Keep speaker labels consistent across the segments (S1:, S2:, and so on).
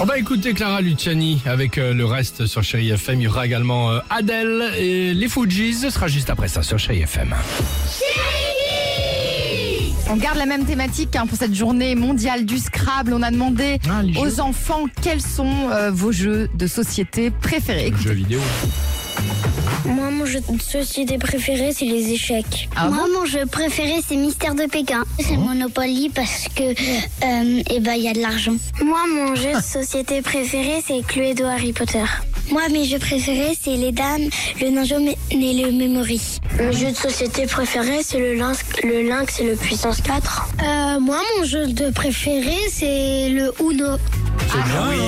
S1: On va écouter Clara Luciani avec euh, le reste sur Chéri FM. Il y aura également euh, Adèle et les Fujis. Ce sera juste après ça sur Chéri FM.
S2: On garde la même thématique hein, pour cette journée mondiale du Scrabble. On a demandé
S1: Ah, les
S2: aux
S1: jeux.
S2: enfants quels sont euh, vos jeux de société préférés.
S1: Jeux vidéo.
S3: Moi, mon jeu de société préféré, c'est les échecs.
S2: Ah
S3: Moi, mon jeu préféré, c'est Mystère de Pékin. C'est Monopoly parce que, euh, eh ben, il y a de l'argent. Moi, mon jeu de société préféré, c'est Cluedo Harry Potter. Moi, mes jeux préférés, c'est les dames, le ninja et le memory. Mon jeu de société préféré, c'est le lynx, le lynx et le puissance 4. Euh, moi, mon jeu de préféré, c'est le Uno.
S1: C'est bien.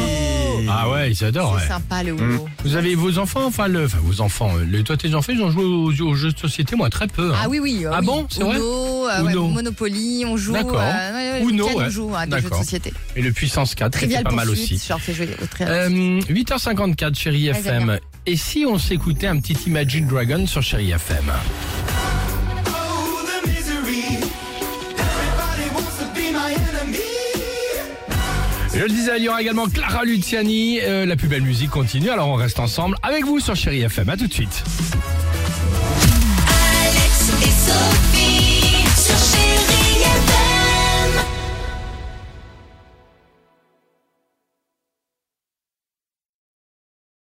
S1: Ah ouais, ils adorent.
S2: C'est
S1: ouais. Mmh.
S2: sympa le Uno.
S1: Vous avez vos enfants, enfin le, enfin vos enfants, euh, le, toi tes enfants, ils ont joué aux, aux jeux de société, moi très peu. hein.
S2: Ah oui, oui. euh,
S1: Ah
S2: oui.
S1: bon, c'est vrai
S2: Uno, euh, ouais,
S1: Uno.
S2: Monopoly, on joue.
S1: D'accord.
S2: euh, ouais, ouais,
S1: Uno,
S2: le week-end,
S1: ouais.
S2: on joue à des jeux de
S1: D'accord.
S2: société.
S1: Et le puissance 4, c'est
S2: Trivial
S1: pas mal
S2: Pursuit,
S1: aussi.
S2: Je leur fais jouer au trivial.
S1: Euh, 8h54 chérie
S2: Ouais, j'aime
S1: FM. Et si on s'écoutait un petit Imagine Dragon sur chérie FM
S4: Oh, the misery. Everybody wants to be my enemy.
S1: Je le disais, il y aura également Clara Luciani. Euh, la plus belle musique continue, alors on reste ensemble avec vous sur chérie FM. À tout de suite.